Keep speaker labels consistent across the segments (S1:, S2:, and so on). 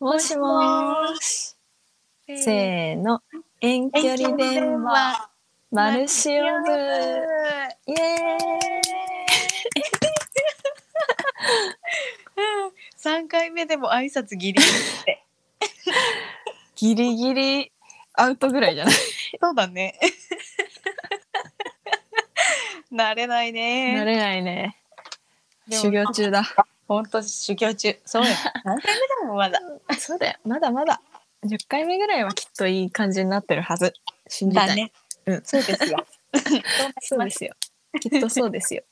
S1: もしもーし。せーの。遠距離電話、マルシオ部。イエ
S2: 三回目でも挨拶ギリ。
S1: ーイギリギリアウトぐらいじゃない
S2: そうだね。慣れないね。
S1: 慣れないね。
S2: でも
S1: 修行中だ。
S2: 本当修行中。 そうや。何回目でもまだ。
S1: そうだよ。まだまだ。10回目ぐらいはきっといい感じになってるはず。信じたい。
S2: だね。
S1: うん
S2: そうですよ。そ
S1: そうう
S2: なりま
S1: ですすよ。きっとそうです よ。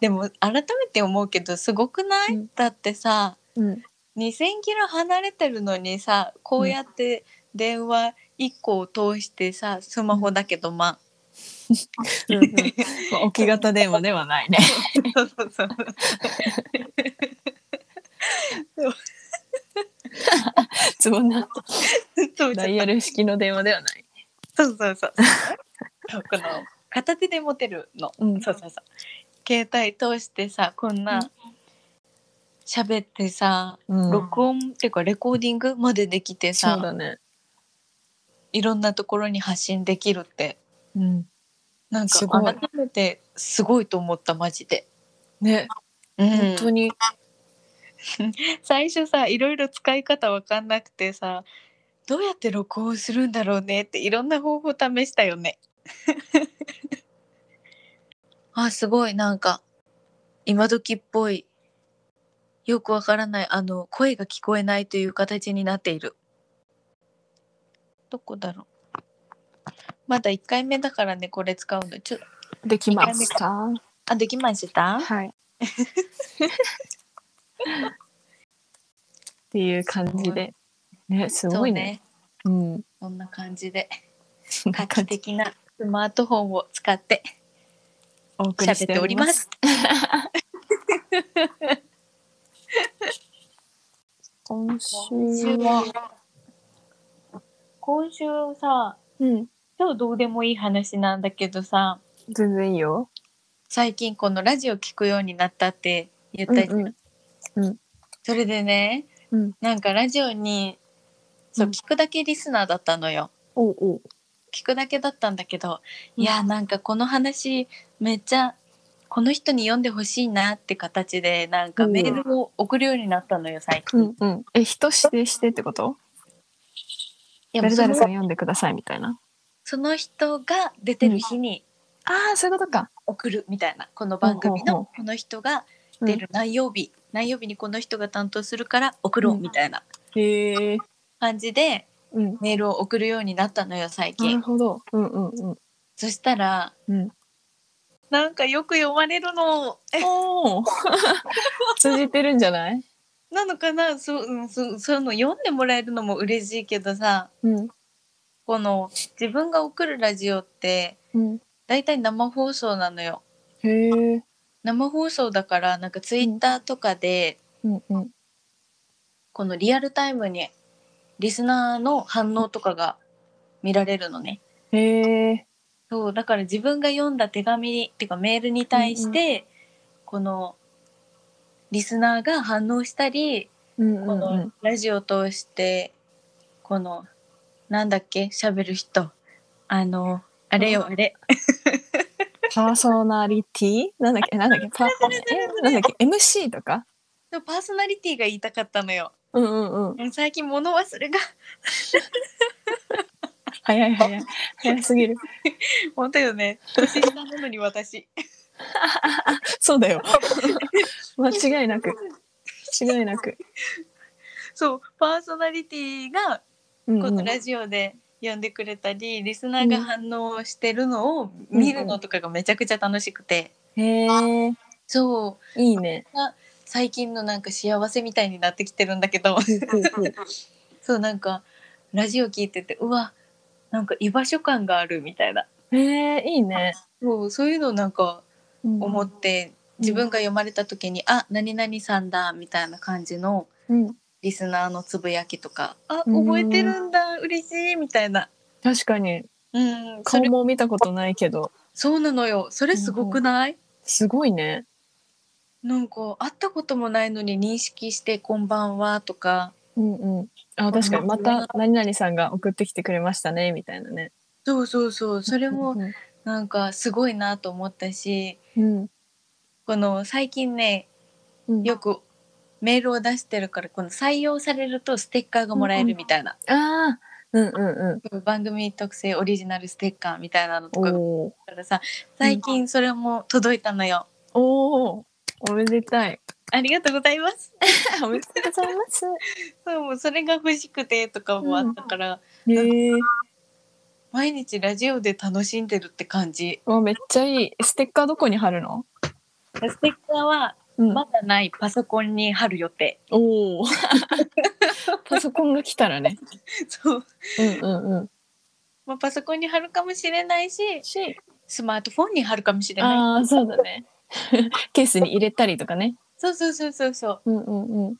S2: でも改めて思うけどすごくない、
S1: うん
S2: だってさ
S1: うん。
S2: 2,000キロ離れてるのにさこうやって電話1個を通してさスマホだけどまあ
S1: うんうんまあ置き型電話ではないね。
S2: そうそう そう。
S1: つぼな
S2: そう
S1: ダイヤル式の電話ではない。
S2: そうそう そう。そうこの片手で持てるの。
S1: うん
S2: そうそうそう。携帯通してさこんな喋ってさ、
S1: うん
S2: 録音っていうかレコーディングまでできて
S1: そう
S2: さ
S1: だね。
S2: いろんなところに発信できるって
S1: うん。
S2: なんか
S1: すごい
S2: 改めてすごいと思ったマジで。
S1: ね、
S2: うん
S1: 本当に。
S2: 最初さいろいろ使い方わかんなくてさどうやって録音するんだろうねっていろんな方法試したよね。 あすごいなんか今時っぽいよくわからないあの声が聞こえないという形になっている。どこだろうまだ1回目だからねこれ使うのちょ
S1: でき
S2: ま
S1: ま
S2: し
S1: すか。
S2: あできました
S1: はい。っていう感じで。ね、すごいね。うん。
S2: そうねこんな感じで
S1: そんな
S2: 画期
S1: 感じ。
S2: 的なスマートフォンを使って
S1: お送り
S2: 喋
S1: し
S2: って
S1: て
S2: お
S1: おり
S2: りま
S1: ます
S2: す。。
S1: 今
S2: 今週
S1: 週は。
S2: は今週さ
S1: うん。
S2: 超どうでもいい話なんだけどさ
S1: 全然いいよ。
S2: 最近このラジオ聞くようになったって言ったじゃん
S1: うんうんうん
S2: それでね、
S1: うん
S2: なんかラジオにそう
S1: うん
S2: 聞くだけリスナーだったのよ、
S1: おうおう。
S2: 聞くだけだったんだけど、
S1: うん
S2: いやなんかこの話めっちゃこの人に読んでほしいなって形でなんか
S1: うん
S2: メールを送るようになったのよ最近。
S1: うんうん。え、人指定してってこと。
S2: いやもう
S1: 誰
S2: そ
S1: 々
S2: の
S1: さん読んでくださいみたいな。
S2: その人が出てる日に
S1: ああ、そういうことか。
S2: 送るみたいなこの番組
S1: ほうほう
S2: のこの人が出る何曜日、何曜日にこの人が担当するから送ろうみたいな
S1: へえ。
S2: 感じで
S1: うん。
S2: メールを送るようになったのよ最
S1: な
S2: 近、
S1: るほど。うんうんうん。
S2: そしたら
S1: うん。
S2: なんかよく読まれるの
S1: おお。通じてるんじゃない。
S2: なのかなそう、うん、そうそういうの読んでもらえるのも嬉しいけどさ
S1: うん。
S2: この自分が送るラジオって
S1: うん。
S2: 大体生放送なのよ
S1: へえ。
S2: 生放送だからなんかツイッターとかで、
S1: うんうん。
S2: このリアルタイムにリスナーの反応とかが見られるのね。
S1: へえ。
S2: そうだから自分が読んだ手紙っていうかメールに対して、このリスナーが反応したり、
S1: うん
S2: このラジオを通してこのなんだっけ喋る人あのあれよあれ
S1: パーソナリティなんだっけなん だっけパーえなんだっけ MC とか
S2: でもパーソナリティが言いたかったのよ。
S1: うんうんうん
S2: もう最近物忘れが
S1: 早い早い早すぎる
S2: 本当よね年下なのに私。
S1: そう だよ間違いなく間違いなく
S2: そうパーソナリティが
S1: うん
S2: こ
S1: うん
S2: のラジオで呼んでくれたり、リスナーが反応してるのを見るのとかがめちゃくちゃ楽しくて、
S1: へえ
S2: そう
S1: いいね
S2: 最近のなんか幸せみたいになってきてるんだけどそうなんかラジオ聞いててうわなんか居場所感があるみたいな
S1: へえいいね
S2: そうそういうのなんか
S1: うん
S2: 思って、自分が読まれた時に「あ何々さんだ」みたいな感じの
S1: うん
S2: リスナーのつぶやきとか「あ
S1: うん
S2: 覚えてるんだ嬉しい」みたいな。
S1: 確かに
S2: うん、そ
S1: 顔
S2: れ
S1: も見たことないけど
S2: そうなのよそれすごくない、
S1: すごいね
S2: なんか会ったこともないのに認識して「こんばんは」とか
S1: うんうん。あ、確かに、また、何々さんが送ってきてくれましたね、みたいなね。
S2: そうそうそうそれも
S1: うん
S2: なんかすごいなと思ったし
S1: うん。
S2: この最近ね
S1: うん
S2: よくメールを出してるからこの採用されるとステッカーがもらえるみたいな、
S1: ああ、うんうん
S2: 番組特製オリジナルステッカーみたいなのと
S1: う
S2: か
S1: ん。
S2: がある
S1: おー
S2: からさ最近それも届いたのよ。
S1: おー、おめでたい。
S2: ありがとうございます。
S1: おめでとうございます。
S2: そうもうそれが欲しくてとかもあったから、
S1: へえー、
S2: 毎日ラジオで楽しんでるって感じ。
S1: わめっちゃいい。ステッカーどこに貼るの？
S2: ステッカーは
S1: うん
S2: まだないパソコンに貼る予定。
S1: おお。パソコンが来たらね。
S2: そう、
S1: うんうんうん。
S2: まあ、パソコンに貼るかもしれないし
S1: し、
S2: スマートフォンに貼るかもしれない。
S1: ああそうだ ね。ケースに入れたりとかね。
S2: そうそうそうそうそう
S1: うんうんうん。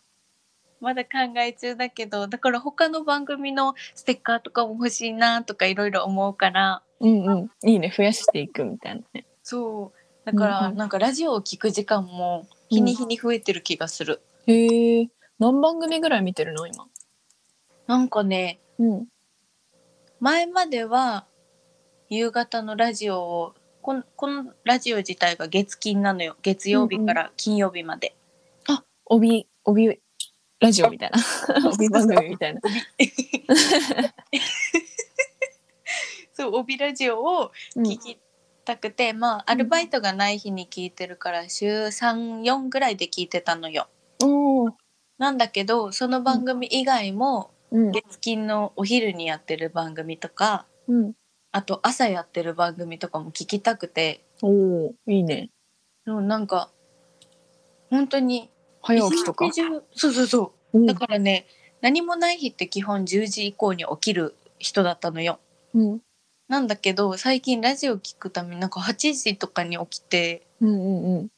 S2: まだ考え中だけどだから他の番組のステッカーとかも欲しいなとかいろいろ思うから
S1: うんうん。いいね。増やしていくみたいなね。
S2: そうだから
S1: うんうん
S2: なんかラジオを聞く時間も日に日に増えてる気がする。
S1: へえ。何番組ぐらい見てるの今？
S2: なんかね
S1: うん。
S2: 前までは夕方のラジオをこのこのラジオ自体が月金なのよ月曜日から金曜日ま で、
S1: 帯帯ラジオみたい な。帯番組みたいな。
S2: そう帯ラジオを
S1: うん
S2: 聞きたくて、まあアルバイトがない日に聞いてるから週34ぐらいで聞いてたのよ
S1: おお。
S2: なんだけどその番組以外も
S1: うん
S2: 月金のお昼にやってる番組とか
S1: うん。
S2: あと朝やってる番組とかも聞きたくて
S1: おお。いいね。
S2: でもなんか本当に
S1: 早起きとか
S2: 一。日中そうそうそう
S1: うん
S2: だからね、何もない日って基本10時以降に起きる人だったのよ。
S1: うん
S2: なんだけど最近ラジオ聞くためになんか8時とかに起きて
S1: うんうんうん。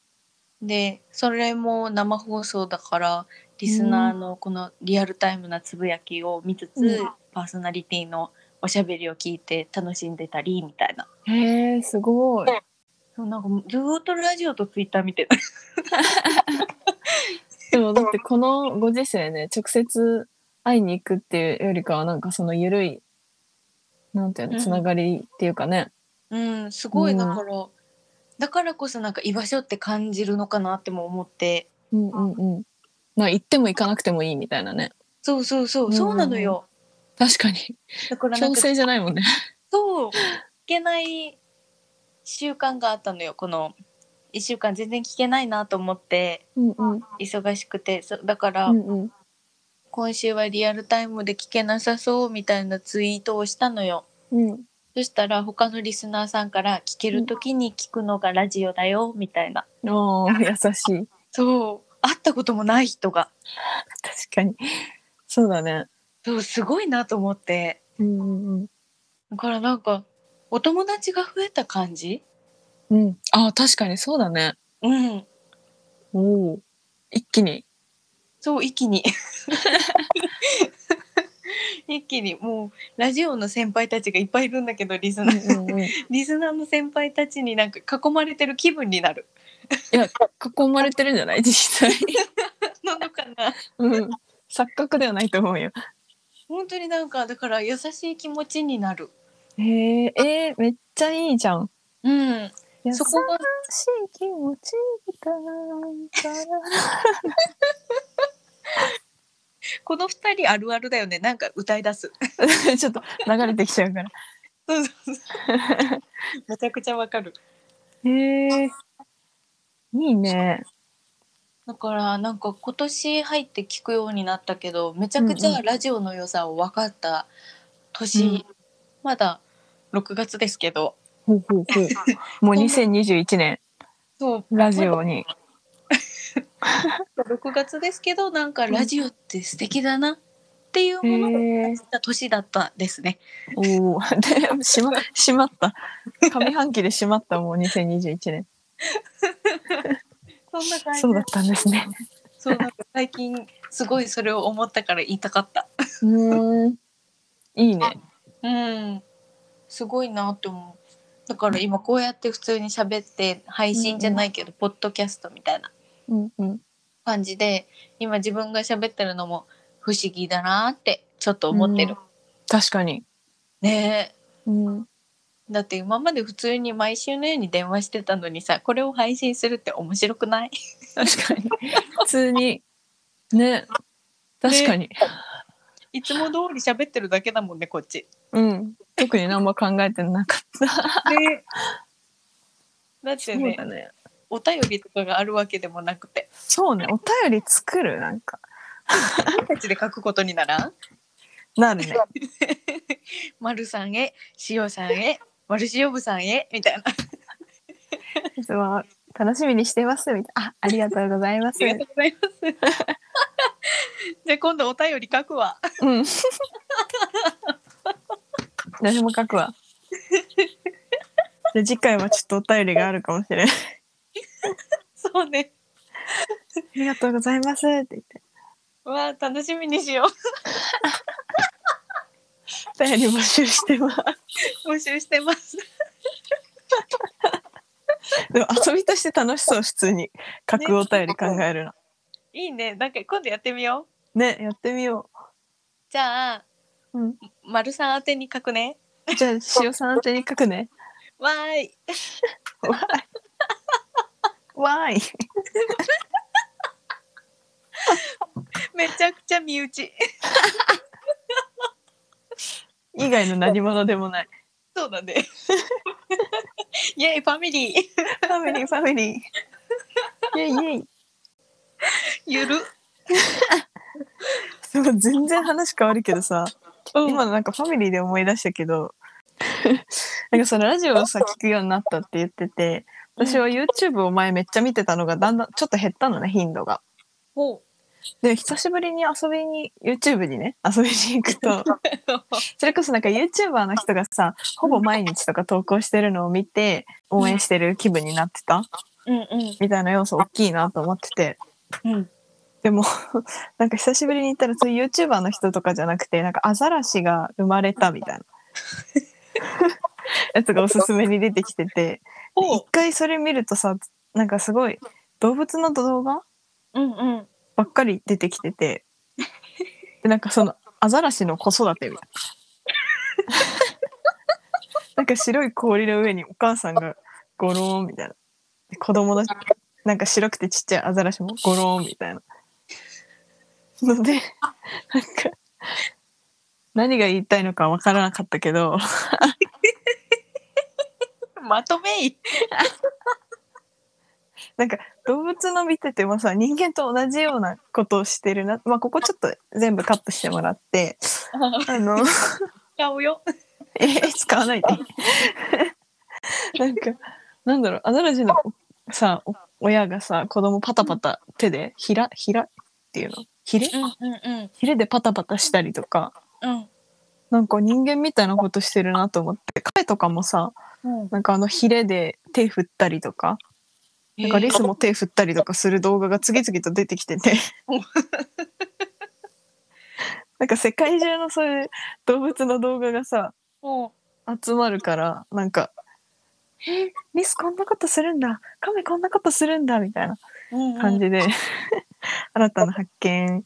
S2: でそれも生放送だからリスナーのこのリアルタイムなつぶやきを見つつ、
S1: うん
S2: パーソナリティのおしゃべりを聞いて楽しんでたりみたいな。
S1: へえ、すごい。
S2: そうなんかずーっとラジオとツイッター見てる。
S1: でもだってこのご時世ね、直接会いに行くっていうよりかは、なんかその緩い、なんていう
S2: う
S1: の、
S2: ん
S1: つながりっていうかね。
S2: うんすごいだから、
S1: う
S2: だからこそなんか居場所って感じるのかなっても思って。
S1: うんうんうん。まあ行っても行かなくてもいいみたいなね。
S2: そうそうそう、
S1: うん
S2: そうなのよ。
S1: 確かに。
S2: だからなん
S1: 強
S2: か
S1: 制じゃないもんね。
S2: そう聞けない習慣があったのよこの1週間全然聞けないなと思って
S1: うんうん。
S2: 忙しくてそだから、
S1: うんうん。
S2: 今週はリアルタイムで聞けなさそうみたいなツイートをしたのよ。
S1: うん。
S2: そしたら他のリスナーさんから聞ける時に聞くのがラジオだよみたいな。
S1: ああ、 優しい。
S2: そう会ったこともない人が。
S1: 確かに。そうだね。
S2: そうすごいなと思って。
S1: うんうん
S2: だからなんかお友達が増えた感じ
S1: うん。うん。ああ、確かにそうだね。
S2: うん。
S1: おお。一気に。
S2: そう一気に 一気にもうラジオの先輩たちがいっぱいいるんだけどリスナー
S1: うん うん。い
S2: リスナーの先輩たちになんか囲まれてる気分になる
S1: や、囲まれてるんじゃ ない実際。
S2: なのかな
S1: うん。錯覚ではないと思うよ。
S2: 本当になんかだから優しい気持ちになる
S1: へええーめっちゃいいじゃん。
S2: うんそこが
S1: しい気持ちだから。
S2: この二人あるあるだよねなんか歌い出す
S1: ちょっと流れてきちゃう から。
S2: そうそうそうめちゃくちゃわかる
S1: へえいいね。
S2: だからなんか今年入って聞くようになったけどめちゃくち
S1: うんう
S2: ゃラジオの良さを分かった年、
S1: うん
S2: まだ6月ですけど
S1: ほうほうほう。もう2021年
S2: そう
S1: ラジオに。
S2: 6月ですけどなんかラジオって素敵だなっていうものを
S1: へ
S2: 感
S1: え
S2: じた年だったですね。
S1: おお。 でしましまった。上半期でしまったもう2021年。
S2: そんな感じ
S1: そうだったんですね。
S2: そうなんか最近すごいそれを思ったから言いたかった。
S1: うーん。いいね。
S2: うんすごいなって思う。だから今こうやって普通に喋って配信じゃないけど、ポッドキャストみたいな
S1: うんうん。
S2: 感じで今自分が喋ってるのも不思議だなってちょっと思ってる。
S1: 確かに。
S2: ね
S1: うん。
S2: えだって今まで普通に毎週のように電話してたのにさこれを配信するって面白くない
S1: 確かに。普通に。ね。確かに。
S2: いつも通り喋ってるだけだもんねこっ ち。
S1: うん。特に何も考えてなかった。
S2: ね、だってね
S1: ね。
S2: お便りとかがあるわけでもなくて
S1: そうね。お便り作るなんか。
S2: 私たちで書くことにならん
S1: なるね。
S2: 丸さんへ塩さんへ丸塩部さんへみたい な。
S1: いつも楽しみにしてますみたいな。あ、ありがとうございま
S2: あ
S1: す。
S2: りがとうございます。 じゃあ今度お便り書くわ。
S1: うん。私も書く わ。じゃあ次回はちょっとお便りがあるかもしれない。あ
S2: そうね。
S1: りがとうございますって言って。
S2: わあ楽しみにしよ
S1: お便り募集してます。
S2: う。 募集してます。
S1: でも遊びとして楽しそう、普通に。書くお便り考えるの。
S2: いいね。なんか今度やってみよう。
S1: ね、やってみよ
S2: じゃあ
S1: う。うん。
S2: 丸さん宛てに書くね。
S1: じゃあ、塩さん宛てに書くね。
S2: わーい。
S1: わーい。
S2: めちゃくちゃ身内。
S1: 以外の何者でもない。
S2: そうだ ね。イエイファミリー。
S1: ファミリー、ファミリー。イェイイェイ。
S2: ゆる。
S1: でも 全然話変わるけどさ。
S2: うん
S1: 今のなんかファミリーで思い出したけ どなんかそのラジオをさ聞くようになったって言ってて私は YouTube を前めっちゃ見てたのがだんだんちょっと減ったのね頻度が。
S2: ほ
S1: で久しぶりに遊びに YouTube にね遊びに行く とそれこそなんか YouTuber の人がさほぼ毎日とか投稿してるのを見て応援してる気分になってた
S2: う。うんうん
S1: みたいな要素大きいなと思ってて
S2: うん。
S1: でもなんか久しぶりに行ったらそういう YouTuber の人とかじゃなくてなんかアザラシが生まれたみたいなやつがおすすめに出てきてて
S2: ほ
S1: 一回それ見るとさなんかすごい動物の動画
S2: う。うんうん。
S1: ばっかり出てきててでなんかそのアザラシの子育てみたいななんか白い氷の上にお母さんがゴローンみたいなで子供のなんか白くてちっちゃいアザラシもゴローンみたいなのでなんか何が言いたいのかわからなかったけど
S2: まとめい。
S1: なんか動物の見ててもさ人間と同じようなことをしてるなまあここちょっと全部カットしてもらってあの
S2: 使うよ。
S1: えー使わないで。 なんか、なんだろう、アザラシのさ、お親がさ、子供パタパタ手で、ひら、ひらっていうの、ひれ
S2: うんうん
S1: ひれでパタパタしたりとか、
S2: うん。
S1: なんか人間みたいなことしてるなと思って、彼とかもさ、
S2: うん。
S1: なんかあのひれで手振ったりとか、なんかレスも手振ったりとかする動画が次々と出てきて て
S2: うん。
S1: なんか世界中のそういう動物の動画がさ、
S2: も
S1: 集まるからなんか「えーリスこんなことするんだカメこんなことするんだ」みたいな
S2: うんうん
S1: 感じで 新たな発見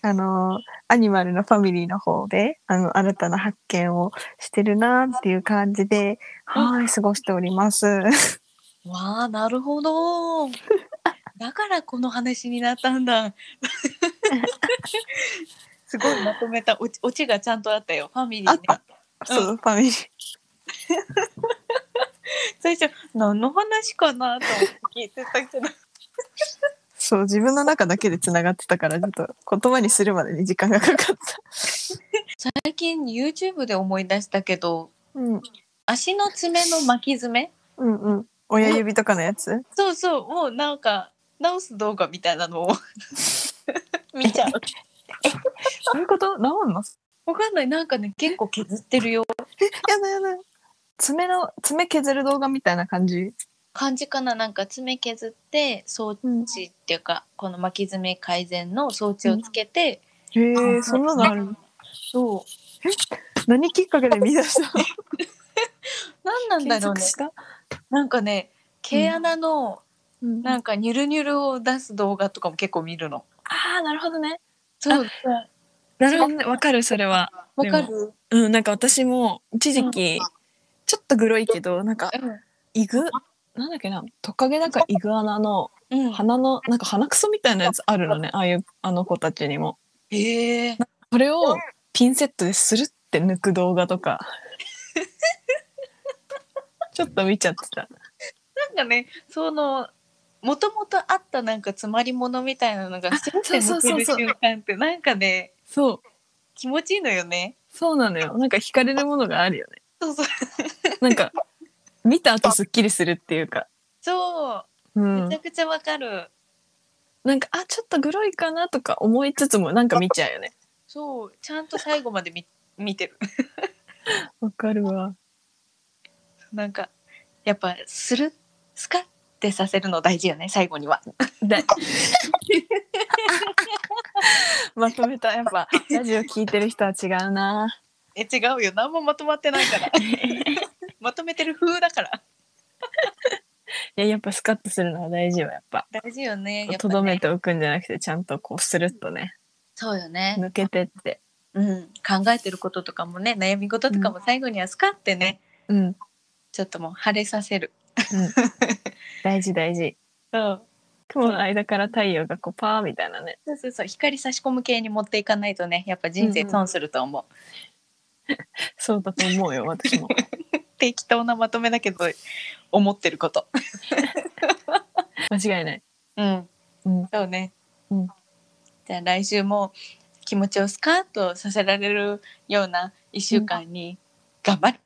S1: あのアニマルのファミリーの方であの新たな発見をしてるなっていう感じではい過ごしております。
S2: わあ、なるほど。 だからこの話になった んだ。すごいまとめた。オチオチがちゃんとあったよ。ファミリーね。
S1: あっそう、ファミリー
S2: 最初、何の話かなと思って聞いてた けど。
S1: そう自分の中だけでつながってたからちょっと言葉にするまでに時間がかかった。
S2: 最近 YouTube で思い出したけど、
S1: うん、
S2: 足の爪の巻き爪
S1: うん、うん親指とかのやつ
S2: そうそう、もうなんか、直す動画みたいな のを見ちゃう。
S1: そういうこと治んの
S2: わかんない。なんかね、結構削ってるよ。
S1: やだやだ。爪の爪削る動画みたいな感じ。
S2: 感じかななんか爪削って装
S1: うん
S2: 置っていうかこの巻き爪改善の装置をつけて、
S1: へえ、そんなのある。
S2: そ
S1: 何きっかけで見出 したの？
S2: う何なんだろうね
S1: した。
S2: なんかね毛穴の
S1: うん
S2: なん
S1: か
S2: かニュルニュルを出す動画とかも結構見るの、
S1: ああ、なるほどね。
S2: そう
S1: なるほどねわかるそれは
S2: わかる
S1: うんなんか私も一時期ちょっとグロいけどなんかイグなんだっけなトカゲだかイグアナの
S2: うん、うん、
S1: 鼻のなんか鼻くそみたいなやつあるのねああいうあの子たちにも
S2: ええ
S1: それをピンセットでするって抜く動画と かちょっと見ちゃってた
S2: なんかねそのもともとあったなんか詰まり物みたいなのがスッて
S1: そうそう
S2: 抜
S1: そ
S2: け
S1: う
S2: る
S1: そう
S2: 瞬間ってなんかね
S1: そう
S2: 気持ちいいのよね
S1: そうなのよなんか惹かれるものがあるよね
S2: そうそう
S1: なんか 見た後すっきりするっていうか、
S2: そううめ
S1: ん
S2: ち、ゃくちゃわかる
S1: なんかあちょっとグロいかなとか思いつつもなんか見ちゃうよね
S2: そうちゃんと最後まで見 見てる
S1: わかるわ
S2: なんかやっぱするスカッてさせるの大事よね最後には
S1: だまとめたやっぱラジオ聞いてる人は違うな
S2: え違うよ何もまとまってないから まとめてる風だから
S1: いややっぱスカッとするのは大事よやっぱ
S2: 大事よねやっぱね
S1: とど、めておくんじゃなくてちゃんとこうスルッとね
S2: そうよね
S1: 抜けてって
S2: うん、考えてることとかもね悩み事とかも最後にはスカってね、
S1: うん
S2: ちょっともう晴れさせる
S1: 大事大事
S2: そう
S1: 雲の間から太陽がこうパーみたいなね
S2: そうそうそう光差し込む系に持っていかないとねやっぱ人生損すると思う、
S1: そうだと思うよ私も
S2: 適当なまとめだけど思ってること
S1: 間違いない
S2: うん
S1: うん
S2: そうね、
S1: うん
S2: じゃあ来週も気持ちをスカッとさせられるような1週間に頑張る、